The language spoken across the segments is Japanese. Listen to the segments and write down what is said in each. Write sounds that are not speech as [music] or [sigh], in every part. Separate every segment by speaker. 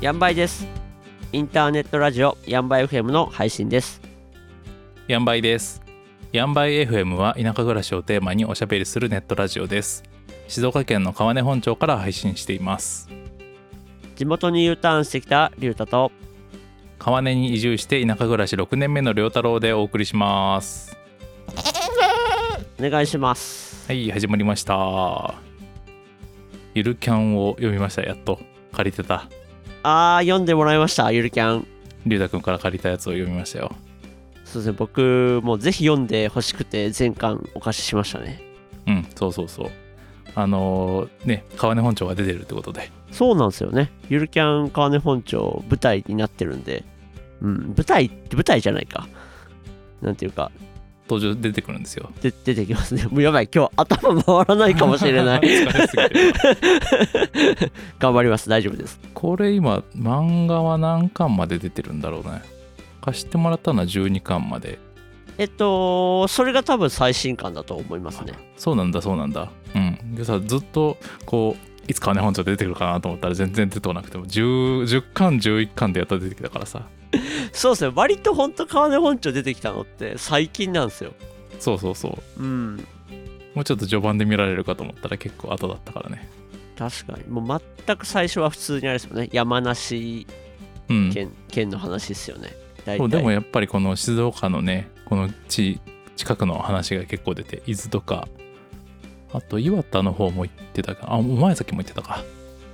Speaker 1: ヤンバイですインターネットラジオヤンバイ FM の配信です
Speaker 2: ヤンバイです。ヤンバイ FM は田舎暮らしをテーマにおしゃべりするネットラジオです。静岡県の川根本町から配信しています。
Speaker 1: 地元に U ターンしてきたリュウタと
Speaker 2: 川根に移住して田舎暮らし6年目の良太郎でお送りします。
Speaker 1: お願いします
Speaker 2: はい、始まりました。ゆるキャンを読みました、やっと。借りてた。
Speaker 1: あー読んでもらいましたゆるキャン
Speaker 2: 龍太くんから借りたやつを読みましたよ。
Speaker 1: そうですね僕もぜひ読んで欲しくて全巻お貸ししましたね
Speaker 2: うん、そうそうそう。あのーね、川根本町が出てるってことで。
Speaker 1: そうなんですよねゆるキャン川根本町舞台になってるんでうん舞台って舞台じゃないかなんていうか
Speaker 2: 登場出てくるんですよ。
Speaker 1: で出てきますね [laughs] もうやばい今日頭回らないかもしれない
Speaker 2: [laughs] 疲れすぎてるわ
Speaker 1: 頑張ります大丈夫です
Speaker 2: これ今漫画は何巻まで出てるんだろうね貸してもらったのは12巻まで
Speaker 1: えっとそれが多分最新刊だと思いますね
Speaker 2: そうなんだそうなんだうんでさずっとこういつかね本庁出てくるかなと思ったら全然出てこなくても 10, 10巻11巻でやったら出てきたからさ
Speaker 1: そうですね割とほんと川根本町出てきたのって最近なんですよ
Speaker 2: そうそうそう
Speaker 1: うん
Speaker 2: もうちょっと序盤で見られるかと思ったら結構後だったからね
Speaker 1: 確かにもう全く最初は普通にあれですもんね山梨
Speaker 2: うん
Speaker 1: 県,、県の話ですよね大
Speaker 2: そう
Speaker 1: 体
Speaker 2: でもやっぱりこの静岡のねこの地近くの話が結構出て伊豆とかあと岩田の方も行ってたかあお前先も行ってたか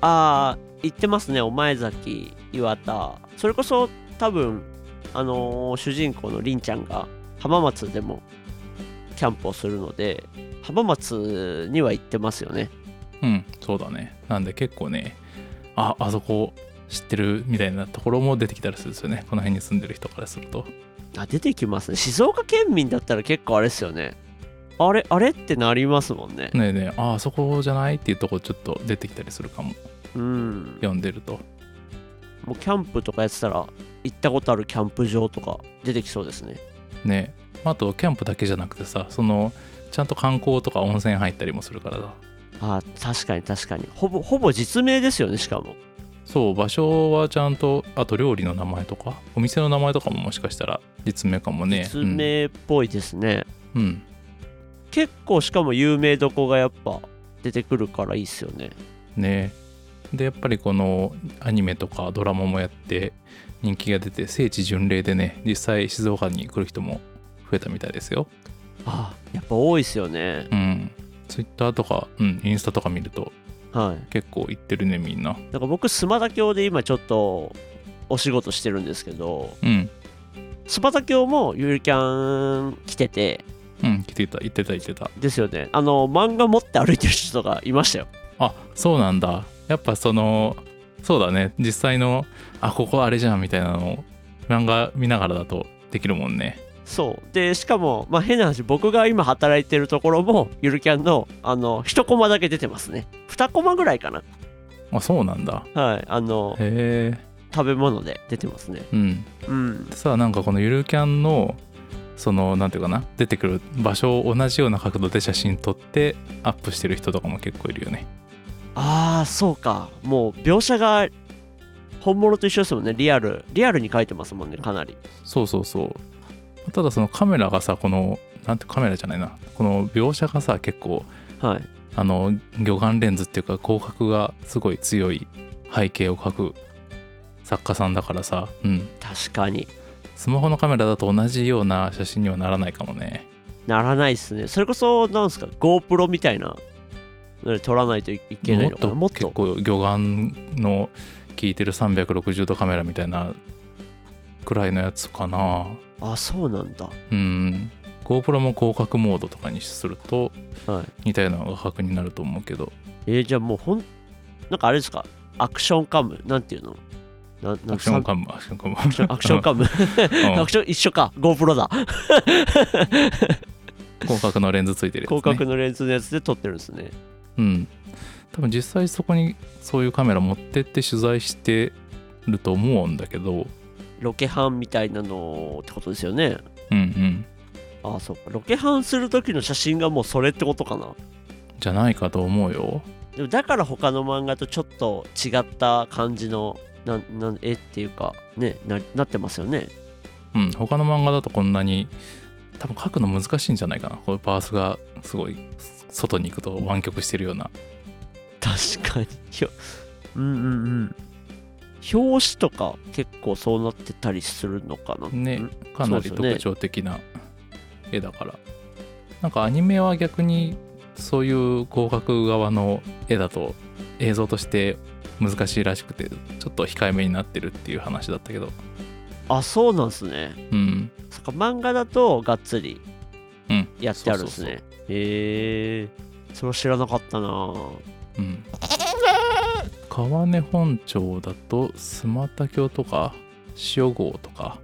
Speaker 1: ああ行ってますねお前崎岩田それこそ多分あのー主人公の凛ちゃんが浜松でもキャンプをするので浜松には行ってますよね
Speaker 2: うんそうだねなんで結構ねああそこ知ってるみたいなところも出てきたりするんですよねこの辺に住んでる人からすると
Speaker 1: あ出てきますね静岡県民だったら結構あれですよねあれあれってなりますもんね
Speaker 2: ねえねえああそこじゃないっていうとこちょっと出てきたりするかも
Speaker 1: うん
Speaker 2: 読んでると
Speaker 1: もうキャンプとかやってたら行ったことあるキャンプ場とか出てきそうですね
Speaker 2: ねえあとキャンプだけじゃなくてさそのちゃんと観光とか温泉入ったりもするからさ
Speaker 1: あー確かに確かにほぼほぼ実名ですよねしかも
Speaker 2: そう場所はちゃんとあと料理の名前とかお店の名前とかももしかしたら実名かもね
Speaker 1: 実名っぽいですね、
Speaker 2: うん、うん
Speaker 1: 結構しかも有名どこがやっぱ出てくるからいいっすよね
Speaker 2: ねでやっぱりこのアニメとかドラマもやって人気が出て聖地巡礼でね実際静岡に来る人も増えたみたいですよ
Speaker 1: あやっぱ多いっすよね
Speaker 2: うんツイッターとか、うん、インスタとか見ると
Speaker 1: はい
Speaker 2: 結構行ってるねみんな
Speaker 1: だから僕須磨田教で今ちょっとお仕事してるんですけど
Speaker 2: うん
Speaker 1: 須磨田教もゆるキャン来てて
Speaker 2: うん来てた行ってた行ってた
Speaker 1: ですよねあの漫画持って歩いてる人がいましたよ
Speaker 2: あそうなんだやっぱそのそうだね実際のあここあれじゃんみたいなのを漫画見ながらだとできるもんね
Speaker 1: そうでしかも、まあ、変な話僕が今働いてるところもゆるキャンのあの1コマだけ出てますね2コマぐらいかな
Speaker 2: あそうなんだ
Speaker 1: はいあの
Speaker 2: へ
Speaker 1: 食べ物で出てますね
Speaker 2: えうん
Speaker 1: うん
Speaker 2: でさなんかこのゆるキャンのそのなんていうかな出てくる場所を同じような角度で写真撮ってアップしてる人とかも結構いるよね
Speaker 1: ああそうかもう描写が本物と一緒ですもんねリアルリアルに書いてますもんねかなり
Speaker 2: そうそうそうただそのカメラがさこのなんてカメラじゃないなこの描写がさ結構
Speaker 1: はい
Speaker 2: あの魚眼レンズっていうか広角がすごい強い背景を描く作家さんだからさうん
Speaker 1: 確かに
Speaker 2: スマホのカメラだと同じような写真にはならないかもね
Speaker 1: ならないっすねそれこそなんですか GoPro みたいなので撮らないといけないのかな
Speaker 2: も
Speaker 1: も
Speaker 2: っ
Speaker 1: っ
Speaker 2: と
Speaker 1: と
Speaker 2: 結構魚眼の効いてる360度カメラみたいなくらいのやつかな
Speaker 1: あそうなんだ
Speaker 2: うん GoPro も広角モードとかにすると
Speaker 1: はい
Speaker 2: 似たような画角になると思うけど
Speaker 1: えー、じゃあもうほんなんかあれですかアクションカムなんていうのなんなん
Speaker 2: アクションカムアクションカム
Speaker 1: [laughs]
Speaker 2: アク
Speaker 1: さアクションカムアクション一緒か GoPro だ
Speaker 2: 広角のレンズついてるやつ、ね、
Speaker 1: 広角のレンズのやつで撮ってるんですね
Speaker 2: うん多分実際そこにそういうカメラ持ってって取材してると思うんだけど
Speaker 1: ロケハンみたいなのってことですよね
Speaker 2: うんうん
Speaker 1: ああそうかロケハンする時の写真がもうそれってことかな
Speaker 2: じゃないかと思うよ
Speaker 1: でもだから他の漫画とちょっと違った感じのなんなんえっていうかねななってますよね
Speaker 2: うん、他の漫画だとこんなに多分書くの難しいんじゃないかなこういうバースがすごい外に行くと湾曲してるような
Speaker 1: 確かにひょうんうんうん表紙とか結構そうなってたりするのかな
Speaker 2: ね
Speaker 1: うん
Speaker 2: かなり
Speaker 1: そうですよね
Speaker 2: 特徴的な絵だから、なんかアニメは逆にそういう合格側の絵だと映像として難しいらしくてちょっと控えめになってるっていう話だったけど
Speaker 1: あそうなんすね
Speaker 2: うん
Speaker 1: そっか漫画だとがっつり
Speaker 2: うん
Speaker 1: やってあるんですね、へえそれは知らなかったなぁ
Speaker 2: うん川根本町だと須磨田郷とか塩郷とか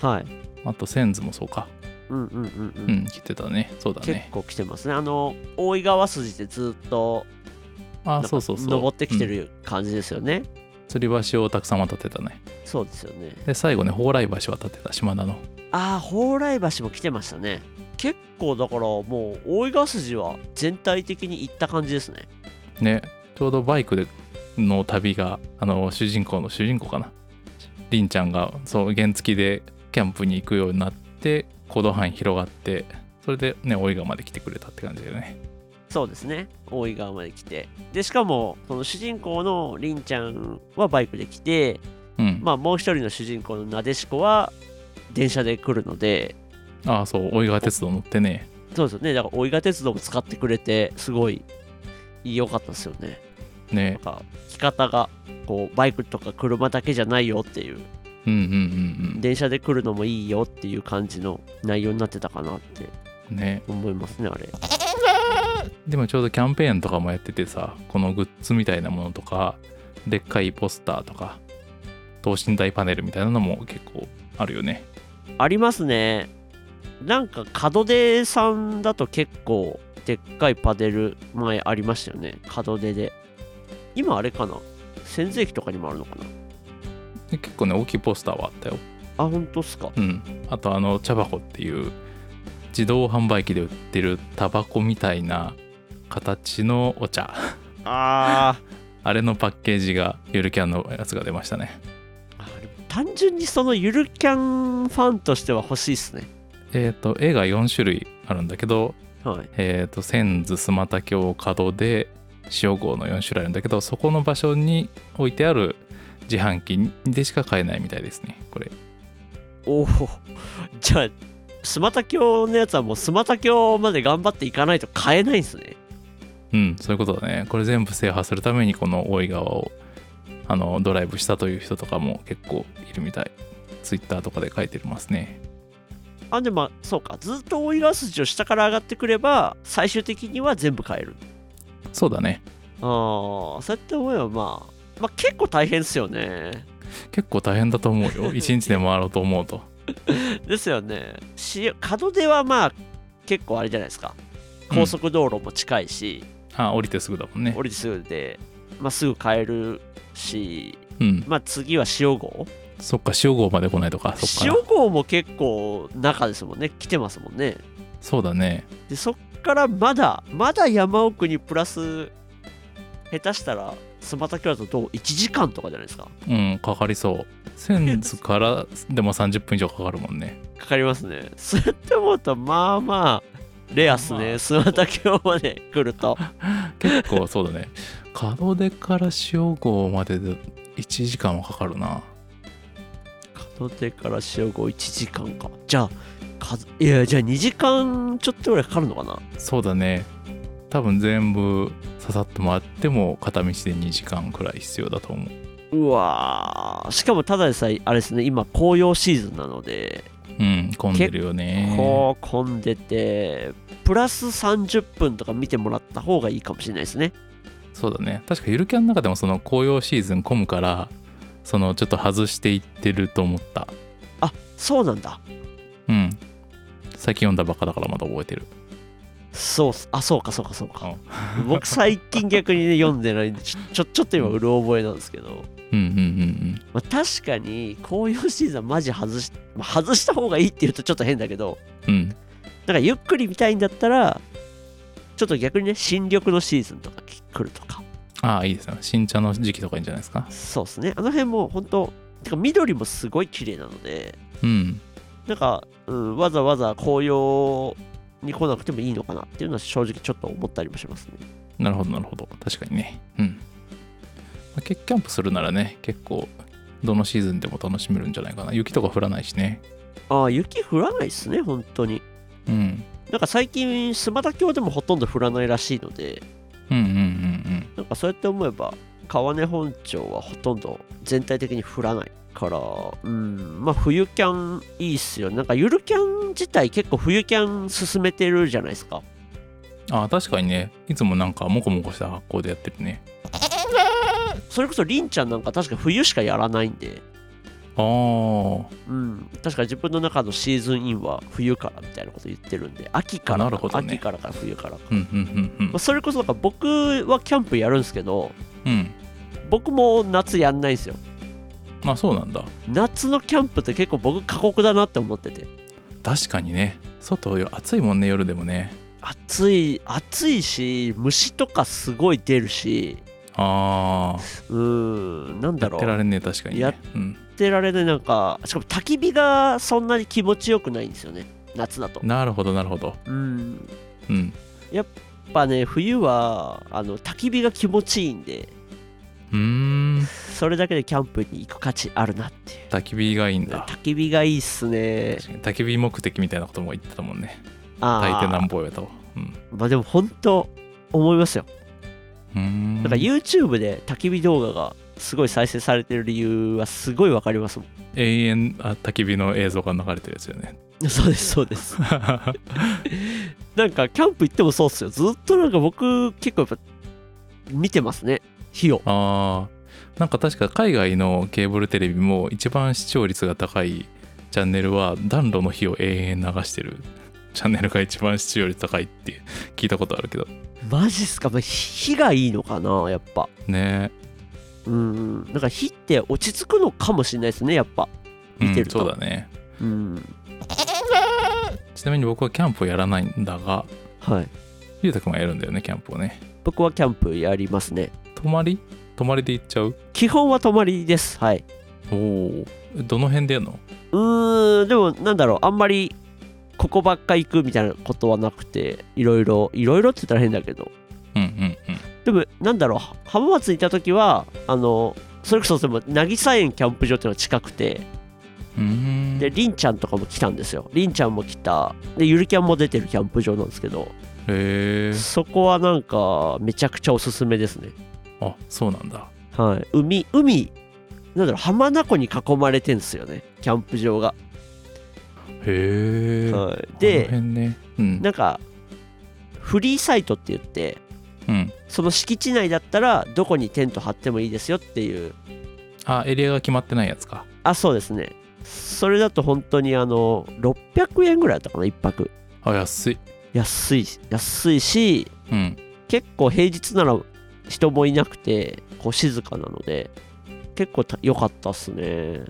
Speaker 1: はい
Speaker 2: あと千頭もそうか
Speaker 1: うんうんうんうん、
Speaker 2: うん来てたねそうだ
Speaker 1: 結
Speaker 2: ね
Speaker 1: 構来てますねあの大井川筋でずっと
Speaker 2: あ
Speaker 1: なんか
Speaker 2: そうそうそう
Speaker 1: 登ってきて
Speaker 2: うん
Speaker 1: る感じですよね、
Speaker 2: 吊り橋をたくさん渡ってたね
Speaker 1: そうですよね
Speaker 2: で最後ね蓬莱橋渡ってた島田の
Speaker 1: ああ蓬莱橋も来てましたね結構だからもう大井川筋は全体的に行った感じですね
Speaker 2: ねちょうどバイクでの旅があの主人公の主人公かなりんちゃんがそう原付でキャンプに行くようになって行動範囲広がってそれでね大井川まで来てくれたって感じだよね
Speaker 1: そうですね大井川まで来てでしかもその主人公の凛ちゃんはバイクで来て
Speaker 2: うん、
Speaker 1: まあもう一人の主人公のなでしこは電車で来るので
Speaker 2: ああそう大井川鉄道乗ってね
Speaker 1: そうですよねだから大井川鉄道も使ってくれてすごい良かったですよねな
Speaker 2: ね
Speaker 1: んか着方がこうバイクとか車だけじゃないよっていう
Speaker 2: うんうんうん
Speaker 1: 電車で来るのもいいよっていう感じの内容になってたかなって
Speaker 2: うんね
Speaker 1: 思いますねあれ
Speaker 2: でもちょうどキャンペーンとかもやっててさこのグッズみたいなものとかでっかいポスターとか等身大パネルみたいなのも結構あるよね
Speaker 1: ありますねなんか門出さんだと結構でっかいパネル前ありましたよね門出で今あれかな千頭駅とかにもあるのかな
Speaker 2: で結構ね大きいポスターはあったよ
Speaker 1: あ本当っすか
Speaker 2: うん、あとあの茶箱っていう自動販売機で売ってるタバコみたいな形のお茶
Speaker 1: [laughs]
Speaker 2: [laughs]
Speaker 1: あー
Speaker 2: あれのパッケージがゆるキャンのやつが出ましたね
Speaker 1: あれ単純にそのゆるキャンファンとしては欲しいっすね
Speaker 2: えっ、と絵が4種類あるんだけど
Speaker 1: はい
Speaker 2: えっ、と千頭寸又京角で塩郷の4種類あるんだけどそこの場所に置いてある自販機でしか買えないみたいですねこれ
Speaker 1: おおじゃあスマタ教のやつはもうスマタ教まで頑張っていかないと買えないんですね
Speaker 2: うんそういうことだねこれ全部制覇するためにこの大井川をあのドライブしたという人とかも結構いるみたいツイッターとかで書いてますね
Speaker 1: あでもまあそうかずっと大井川筋を下から上がってくれば最終的には全部買える
Speaker 2: そうだね
Speaker 1: ああそうやって思えばまあまあ結構大変ですよね
Speaker 2: 結構大変だと思うよ
Speaker 1: [laughs]
Speaker 2: 一日で回ろうと思うと
Speaker 1: ですよねし門出はまあ結構あれじゃないですか
Speaker 2: うん
Speaker 1: 高速道路も近いし、
Speaker 2: あ降りてすぐだもんね
Speaker 1: [laughs] 降りてすぐで、まあ、すぐ買えるし
Speaker 2: うん
Speaker 1: まあ次は塩郷
Speaker 2: そっか塩郷まで来ないとかそっ
Speaker 1: 塩
Speaker 2: か
Speaker 1: 郷も結構中ですもんね来てますもんね
Speaker 2: そうだね
Speaker 1: でそっからまだまだ山奥にプラス下手したらスマタキュラだと1時間とかじゃないですか
Speaker 2: うんかかりそう千頭からでも30分以上かかるもんね
Speaker 1: かかりますねそうやって思うとまあまあレアっすね、
Speaker 2: まあ
Speaker 1: スマタキュラまで来ると
Speaker 2: 結構そうだね門出から塩郷までで1時間はかかるな
Speaker 1: 門出から塩後1時間かじゃあかずいやじゃあ2時間ちょっとぐらいかかるのかな
Speaker 2: そうだね多分全部ささっと回っても片道で2時間くらい必要だと思う
Speaker 1: うわーしかもただでさえあれですね今紅葉シーズンなので
Speaker 2: うん混んでるよね
Speaker 1: こう混んでてプラス30分とか見てもらった方がいいかもしれないですね
Speaker 2: そうだね確かゆるキャンの中でもその紅葉シーズン混むからそのちょっと外していってると思った
Speaker 1: あそうなんだ
Speaker 2: うん最近読んだばっかだからまだ覚えてる
Speaker 1: そうっすあそうかそうかそうか僕最近逆にね読んでないんでちょちょちょっと今うる覚えなんですけど、
Speaker 2: うんうんうん
Speaker 1: まあ、確かに紅葉シーズンはマジ外し、まあ、外した方がいいって言うとちょっと変だけど
Speaker 2: うんうん
Speaker 1: なんかゆっくり見たいんだったらちょっと逆にね新緑のシーズンとか来るとか
Speaker 2: ああいいですね新茶の時期とかいいんじゃないですか
Speaker 1: そうですねあの辺も本当てか緑もすごい綺麗なので
Speaker 2: うん
Speaker 1: なんか、うん、わざわざ紅葉に来なくてもいいのかなっていうのは正直ちょっと思ったりもしますね
Speaker 2: なるほどなるほど確かにねうんまあキャンプするならね結構どのシーズンでも楽しめるんじゃないかな雪とか降らないしね
Speaker 1: ああ雪降らないですね本当に
Speaker 2: うん
Speaker 1: なんか最近須磨田峡でもほとんど降らないらしいので
Speaker 2: うんうんうん
Speaker 1: なんかそうやって思えば川根本町はほとんど全体的に降らないからうんまあ冬キャンいいっすよなんかゆるキャン自体結構冬キャン進めてるじゃないですか
Speaker 2: うんああ確かにねいつもなんかモコモコした発酵でやってるね
Speaker 1: それこそりんちゃんなんか確か冬しかやらないんで
Speaker 2: ああ
Speaker 1: うん確か自分の中のシーズンインは冬からみたいなこと言ってるんで秋から
Speaker 2: なるほどね
Speaker 1: 秋からから冬からか、
Speaker 2: うんうんうん
Speaker 1: まあ、それこそなんか僕はキャンプやるんですけど
Speaker 2: うんうん
Speaker 1: 僕も夏やんないんですよ
Speaker 2: まあそうなんだ
Speaker 1: 夏のキャンプって結構僕過酷だなって思ってて
Speaker 2: 確かにね外よ暑いもんね夜でもね
Speaker 1: 暑い暑いし虫とかすごい出るし
Speaker 2: あ
Speaker 1: うーんなん
Speaker 2: あ
Speaker 1: だ
Speaker 2: や
Speaker 1: ろう
Speaker 2: ってられんね確かにね
Speaker 1: やっ
Speaker 2: うん、
Speaker 1: やってられないなんかしかも焚き火がそんなに気持ちよくないんですよね夏だと
Speaker 2: なるほどなるほど
Speaker 1: うん
Speaker 2: うん
Speaker 1: やっぱね冬はあの焚き火が気持ちいいんで
Speaker 2: うーん
Speaker 1: それだけでキャンプに行く価値あるなっていう
Speaker 2: 焚き火がいいんだ
Speaker 1: 焚き火がいいっすね
Speaker 2: 確かに焚き火目的みたいなことも言ってたもんね大
Speaker 1: あ
Speaker 2: 抵な
Speaker 1: あ
Speaker 2: んぼやとうん
Speaker 1: まあでも本当思いますよ
Speaker 2: うーん
Speaker 1: なんか YouTube で焚き火動画がすごい再生されてる理由はすごいわかりますも
Speaker 2: 永遠あ焚き火の映像が流れてるやつよね
Speaker 1: ん [laughs] そうですそうですなんかキャンプ行ってもそうっすよ。ずっとなんか僕結構やっぱ見てますね。火を。
Speaker 2: あーなんか確か海外のケーブルテレビも一番視聴率が高いチャンネルは暖炉の火を永遠流してるチャンネルが一番視聴率高いって聞いたことあるけど
Speaker 1: マジっすか、まあ、火がいいのかなやっぱ。
Speaker 2: ね
Speaker 1: うん。なんか火って落ち着くのかもしれないですね、やっぱ。
Speaker 2: うん
Speaker 1: 見てると
Speaker 2: そうだね
Speaker 1: うん。
Speaker 2: ちなみに僕はキャンプをやらないんだが
Speaker 1: はい。
Speaker 2: ゆうたくんはやるんだよねキャンプをね
Speaker 1: 僕はキャンプやりますね。
Speaker 2: 泊まり泊まりで行っちゃう
Speaker 1: 基本は泊まりです。はい。
Speaker 2: おおどの辺でやるの
Speaker 1: うーん、でもなんだろう、あんまりここばっか行くみたいなことはなくて、いろいろ、いろいろって言ったら変だけど。
Speaker 2: うんうんうん
Speaker 1: でも、なんだろう、浜松にいた時は、あの、それこそでも、渚園キャンプ場っていうのが近くて、
Speaker 2: うーん
Speaker 1: で、りんちゃんとかも来たんですよ。りんちゃんも来た。で、ゆるキャンも出てるキャンプ場なんですけど、
Speaker 2: へえ
Speaker 1: そこはなんか、めちゃくちゃおすすめですね。
Speaker 2: あそうなんだ
Speaker 1: はい。海、海、なんだろう、浜名湖に囲まれてんですよね、キャンプ場が。
Speaker 2: へえ
Speaker 1: はい、
Speaker 2: こ
Speaker 1: で、
Speaker 2: の辺ねうん
Speaker 1: なんか、フリーサイトって言って、
Speaker 2: うん
Speaker 1: その敷地内だったら、どこにテント張ってもいいですよっていう、
Speaker 2: あエリアが決まってないやつか
Speaker 1: あ、そうですね。それだと本当にあの、600円ぐらいだったかな、1泊。
Speaker 2: あ安い
Speaker 1: 安い、安いし、
Speaker 2: うん
Speaker 1: 結構平日なら人もいなくてこう静かなので結構た良かったっすね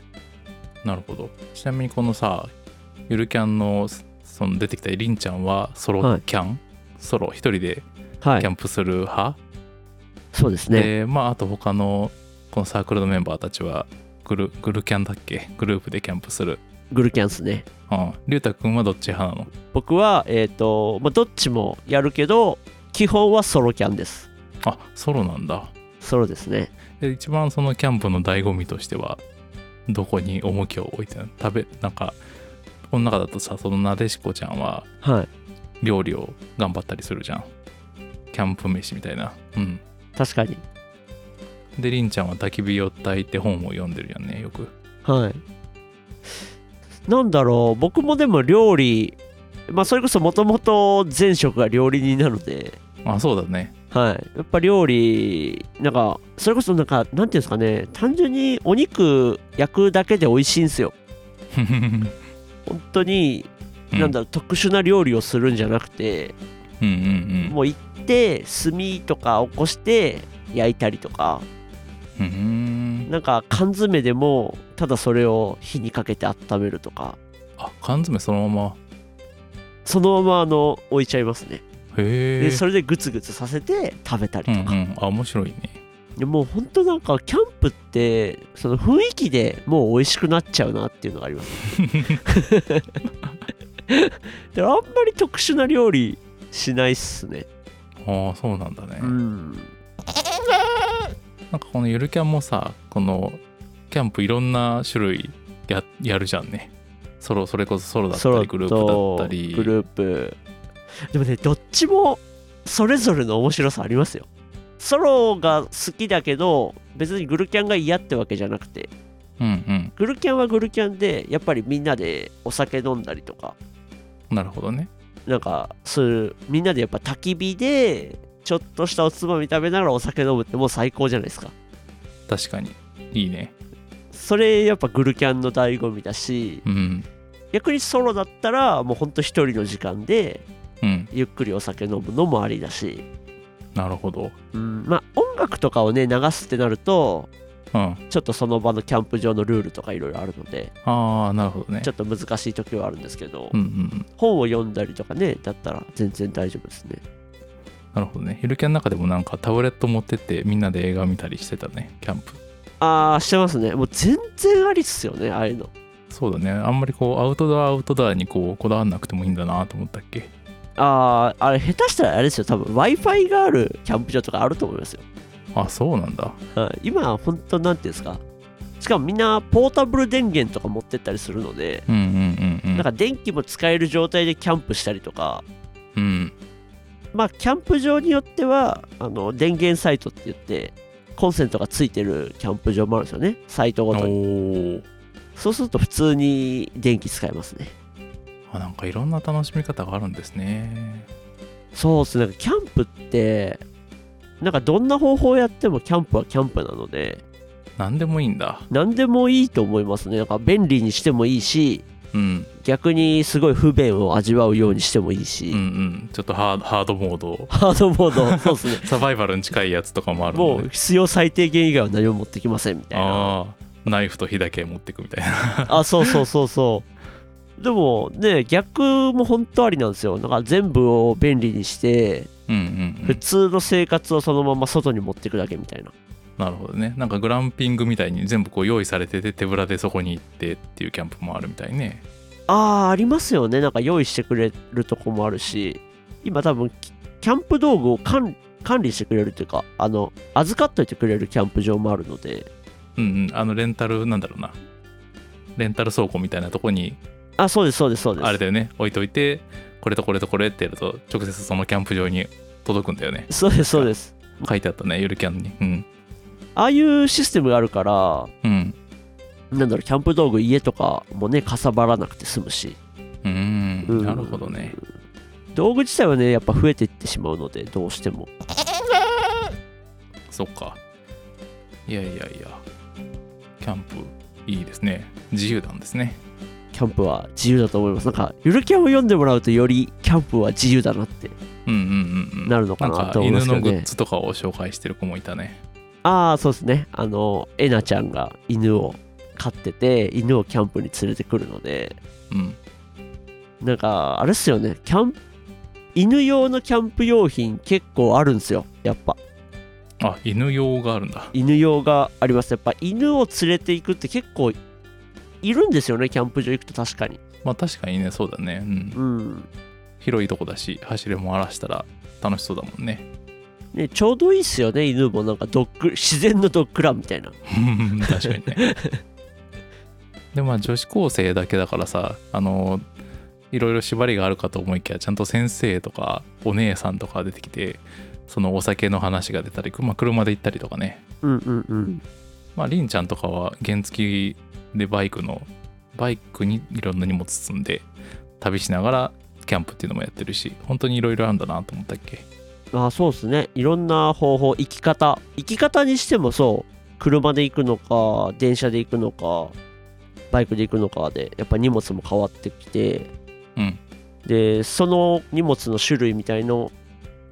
Speaker 2: なるほどちなみにこのさゆるキャンのその出てきたりんちゃんはソ
Speaker 1: は
Speaker 2: ロ
Speaker 1: い
Speaker 2: キャン、ソロ一人で
Speaker 1: は
Speaker 2: キャ
Speaker 1: い
Speaker 2: ンプする派、
Speaker 1: そうですね
Speaker 2: でまああと他のこのサークルのメンバーたちはグルグルキャンだっけグループでキャンプする
Speaker 1: グルキャンっすね
Speaker 2: うんりゅうたくんはどっち派なの
Speaker 1: 僕はえっ、と、まあ、どっちもやるけど基本はソロキャンです
Speaker 2: あソロなんだ
Speaker 1: ソロですね
Speaker 2: で一番そのキャンプの醍醐味としてはどこに重きを置いてるの食べなんかこの中だとさそのなでしこちゃんは
Speaker 1: はい
Speaker 2: 料理を頑張ったりするじゃんキャンプ飯みたいなうん
Speaker 1: 確かに
Speaker 2: でりんちゃんは焚き火を焚いて本を読んでるよねよく
Speaker 1: はいなんだろう僕もでも料理まあそれこそもともと前職が料理人なので
Speaker 2: あそうだね [laughs]
Speaker 1: はい、やっぱ料理なんかそれこそなんかなんていうんですかね単純にお肉焼くだけで美味しいんですよ本当に、
Speaker 2: う
Speaker 1: なんだろう特殊な料理をするんじゃなくて
Speaker 2: うんうんうん
Speaker 1: もう行って炭とか起こして焼いたりとか
Speaker 2: うんうん
Speaker 1: なんか缶詰でもただそれを火にかけて温めるとか
Speaker 2: あ缶詰そのまま
Speaker 1: そのままあの置いちゃいますね
Speaker 2: へえ
Speaker 1: でそれでグツグツさせて食べたり
Speaker 2: うんう
Speaker 1: とか、
Speaker 2: んあ面白いね
Speaker 1: でもうほんとなんかキャンプってその雰囲気でもう美味しくなっちゃうなっていうのがあります
Speaker 2: [laughs]
Speaker 1: であんまり特殊な料理しないっすね
Speaker 2: ああそうなんだね、
Speaker 1: うん
Speaker 2: なんかこのゆるキャンもさこのキャンプいろんな種類ややるじゃんねソロそれこそソロだった
Speaker 1: ソロ
Speaker 2: りグループ
Speaker 1: と
Speaker 2: だったり
Speaker 1: グループでもねどっちもそれぞれの面白さありますよソロが好きだけど別にグルキャンが嫌ってわけじゃなくて
Speaker 2: うん
Speaker 1: グルキャンはグルキャンでやっぱりみんなでお酒飲んだりとか
Speaker 2: うんなるほどね
Speaker 1: なんかそういうみんなでやっぱ焚き火でちょっとしたおつまみ食べながらお酒飲むってもう最高じゃないですか
Speaker 2: 確かにいいね
Speaker 1: それやっぱグルキャンの醍醐味だし
Speaker 2: うん
Speaker 1: 逆にソロだったらもうほんと一人の時間で
Speaker 2: うん
Speaker 1: ゆっくりお酒飲むのもありだし
Speaker 2: なるほど
Speaker 1: うんまあ音楽とかをね流すってなると
Speaker 2: うんあ
Speaker 1: ちょっとその場のキャンプ場のルールとかいろいろあるので
Speaker 2: あなるほどね
Speaker 1: ちょっと難しい時はあるんですけど、
Speaker 2: うんうんうん
Speaker 1: 本を読んだりとかねだったら全然大丈夫ですね
Speaker 2: なるほどねゆるキャンの中でもなんかタブレット持ってってみんなで映画見たりしてたねキャンプ
Speaker 1: ああしてますねもう全然ありっすよねああいうの
Speaker 2: そうだねあんまりこうアウトドアアウトドアにこうこだわんなくてもいいんだなと思ったっけ
Speaker 1: あああれ下手したらあれですよ多分 w i f i があるキャンプ場とかあると思いますよ、
Speaker 2: あそうなんだ
Speaker 1: はい、今は本当なんていうんですかしかもみんなポータブル電源とか持ってったりするので
Speaker 2: うんうんうんうん
Speaker 1: なんか電気も使える状態でキャンプしたりとか
Speaker 2: うん
Speaker 1: まあキャンプ場によってはあの電源サイトって言ってコンセントがついてるキャンプ場もあるんですよねサイトご
Speaker 2: お
Speaker 1: とに
Speaker 2: ー
Speaker 1: そうすると普通に電気使えますね
Speaker 2: あなんかいろんな楽しみ方があるんですね
Speaker 1: そうですねなんかキャンプってなんかどんな方法をやってもキャンプはキャンプなので
Speaker 2: 何でもいいんだ
Speaker 1: 何でもいいと思いますねなんか便利にしてもいいし
Speaker 2: うん
Speaker 1: 逆にすごい不便を味わうようにしてもいい
Speaker 2: うん
Speaker 1: し、
Speaker 2: うんちょっとハードハードモード
Speaker 1: ハードモードそう
Speaker 2: [laughs]
Speaker 1: ですね
Speaker 2: サバイバルに近いやつとかもある
Speaker 1: も
Speaker 2: の
Speaker 1: う
Speaker 2: で
Speaker 1: 必要最低限以外は何も持ってきませんみたいな
Speaker 2: ああナイフと火だけ持ってくみたい
Speaker 1: [laughs]
Speaker 2: な
Speaker 1: あそうそうそうそうでもね逆も本当ありなんですよなんか全部を便利にして
Speaker 2: うんうん、う
Speaker 1: 普
Speaker 2: ん、
Speaker 1: 通の生活をそのまま外に持っていくだけみたいな
Speaker 2: なるほどねなんかグランピングみたいに全部こう用意されてて手ぶらでそこに行ってっていうキャンプもあるみたいね
Speaker 1: あーありますよねなんか用意してくれるとこもあるし今多分キキャンプ道具を管管理してくれるというかあの預かっといてくれるキャンプ場もあるので
Speaker 2: うんうんあのレンタルなんだろうなレンタル倉庫みたいなとこに
Speaker 1: あそうですそうですそうです
Speaker 2: あれだよね置いといてこれとこれとこれってやると直接そのキャンプ場に届くんだよね
Speaker 1: そうですそうです
Speaker 2: 書いてあったねゆるキャンにうん
Speaker 1: ああいうシステムがあるから
Speaker 2: うん
Speaker 1: なんだろうキャンプ道具家とかもねかさばらなくて済むし
Speaker 2: うーん
Speaker 1: うん
Speaker 2: なるほどね
Speaker 1: 道具自体はねやっぱ増えていってしまうのでどうしても
Speaker 2: そっかいやいやいやキャンプいいですね自由なんですね
Speaker 1: キャンプは自由だと思いますなんかゆるキャンを読んでもらうとよりキャンプは自由だなって
Speaker 2: うんうんうんうん
Speaker 1: なるのかなと思いま
Speaker 2: 犬
Speaker 1: すけど
Speaker 2: の
Speaker 1: ね
Speaker 2: グッズとかを紹介してる子もいたね
Speaker 1: ああそうですねあのえなちゃんが犬を飼ってて犬をキャンプに連れてくるので
Speaker 2: うん
Speaker 1: なんかあれっすよねキャン犬用のキャンプ用品結構あるんですよやっぱ
Speaker 2: あ犬用があるんだ
Speaker 1: 犬用がありますやっぱ犬を連れていくって結構いるんですよねキャンプ場行くと確かに
Speaker 2: まあ確かにねそうだねうん
Speaker 1: うん
Speaker 2: 広いとこだし走り回らしたら楽しそうだもんね
Speaker 1: ねちょうどいいっすよね犬もなんかドッグ自然のドッグランみたいな
Speaker 2: 確かにね [laughs] でまあ女子高生だけだからさあのいろいろ縛りがあるかと思いきやちゃんと先生とかお姉さんとか出てきてそのお酒の話が出たり、まあ、車で行ったりとかね
Speaker 1: うんうんうん
Speaker 2: まありんちゃんとかは原付でバイクのバイクにいろんな荷物積んで旅しながらキャンプっていうのもやってるし本当にいろいろあるんだなと思ったっけ
Speaker 1: あそうですねいろんな方法生き方生き方にしてもそう車で行くのか電車で行くのかバイクで行くのかでやっぱ荷物も変わってきて
Speaker 2: うん
Speaker 1: でその荷物の種類みたいの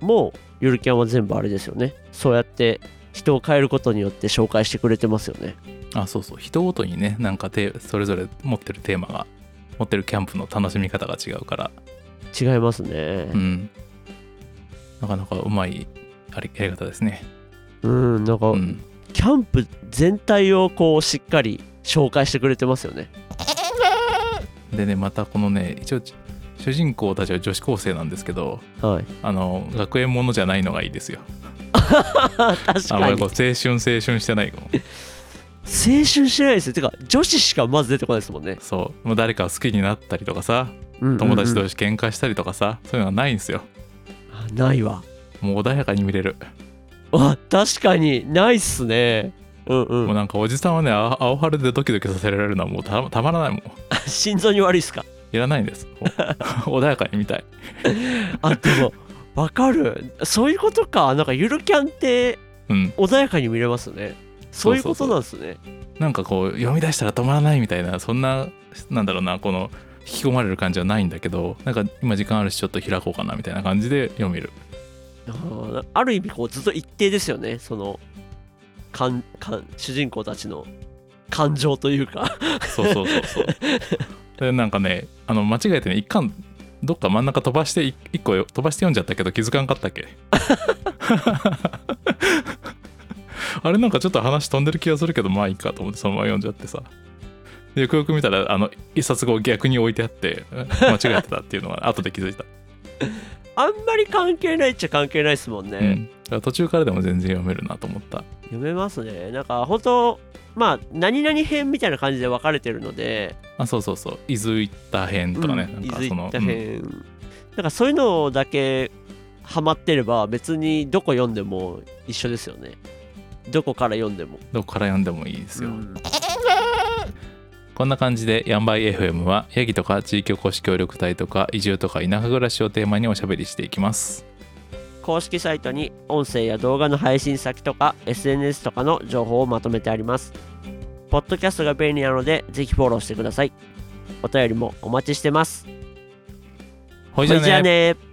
Speaker 1: もゆるキャンは全部あれですよねそうやって人を変えることによって紹介してくれてますよね
Speaker 2: あそうそう人ごとにねなんかテーそれぞれ持ってるテーマが持ってるキャンプの楽しみ方が違うから
Speaker 1: 違いますね、
Speaker 2: うん。なかなかうまいありやり方ですね。
Speaker 1: うんなんか、
Speaker 2: うん、
Speaker 1: キャンプ全体をこうしっかり紹介してくれてますよね
Speaker 2: でねまたこのね一応主人公たちは女子高生なんですけど
Speaker 1: はい
Speaker 2: あの学園ものじゃないのがいいですよ
Speaker 1: あ確
Speaker 2: あん
Speaker 1: か
Speaker 2: まり
Speaker 1: に
Speaker 2: こ
Speaker 1: 青
Speaker 2: う青春青春してないも
Speaker 1: 春してないですよてか女子しかまず出てこないですもんね
Speaker 2: そうもう誰かを好きになったりとかさ友
Speaker 1: 友
Speaker 2: 達同士喧嘩したりとかさそういうのはないんですよ
Speaker 1: ないわ
Speaker 2: もう穏やかに見れる、
Speaker 1: あ確かにないっすねうんう
Speaker 2: もうんなんかおじさんはねあ青春でドキドキさせられるのはもうたたまらないもん
Speaker 1: 心臓に悪いっすか
Speaker 2: いらないんですも [laughs] う穏やかに見たい
Speaker 1: あでもわかるそういうことかなんかゆるキャンって
Speaker 2: うん
Speaker 1: 穏やかに見れますねそういうことなんですね
Speaker 2: なんかこう読み出したら止まらないみたいなそんななんだろうなこの引き込まれる感じはないんだけどなんか今時間あるしちょっと開こうかなみたいな感じで読める
Speaker 1: あーある意味こうずっと一定ですよねそのかんかん主人公たちの感情というか
Speaker 2: そうそうそうそう [laughs] でなんかねあの間違えてね一巻どっか真ん中飛ばしてい一個よ飛ばして読んじゃったけど気づかんかったっけあれなんかちょっと話飛んでる気がするけどまあいいかと思ってそのまま読んじゃってさでよくよく見たらあの一冊後逆に置いてあって間違えてたっていうのは後で気づいた、
Speaker 1: あんまり関係ないっちゃ関係ないですもんね、
Speaker 2: うん、だから途中からでも全然読めるなと思った
Speaker 1: 読めますねなんか本当まあ何々編みたいな感じで分かれてるので
Speaker 2: あそうそうそう「伊豆行った編」とかね、
Speaker 1: うん
Speaker 2: なんか
Speaker 1: いず行
Speaker 2: その
Speaker 1: った
Speaker 2: うん
Speaker 1: 編、なんかそういうのだけハマってれば別にどこ読んでも一緒ですよねどこから読んでも
Speaker 2: どこから読んでもいいですよ、
Speaker 1: うん
Speaker 2: こんな感じでヤンバイ FM はヤギとか地域おこし協力隊とか移住とか田舎暮らしをテーマにおしゃべりしていきます
Speaker 1: 公式サイトに音声や動画の配信先とか SNS とかの情報をまとめてありますポッドキャストが便利なのでぜひフォローしてくださいお便りもお待ちしてます
Speaker 2: ほいじ
Speaker 1: そ
Speaker 2: ゃあ
Speaker 1: れじゃあ
Speaker 2: ね
Speaker 1: ね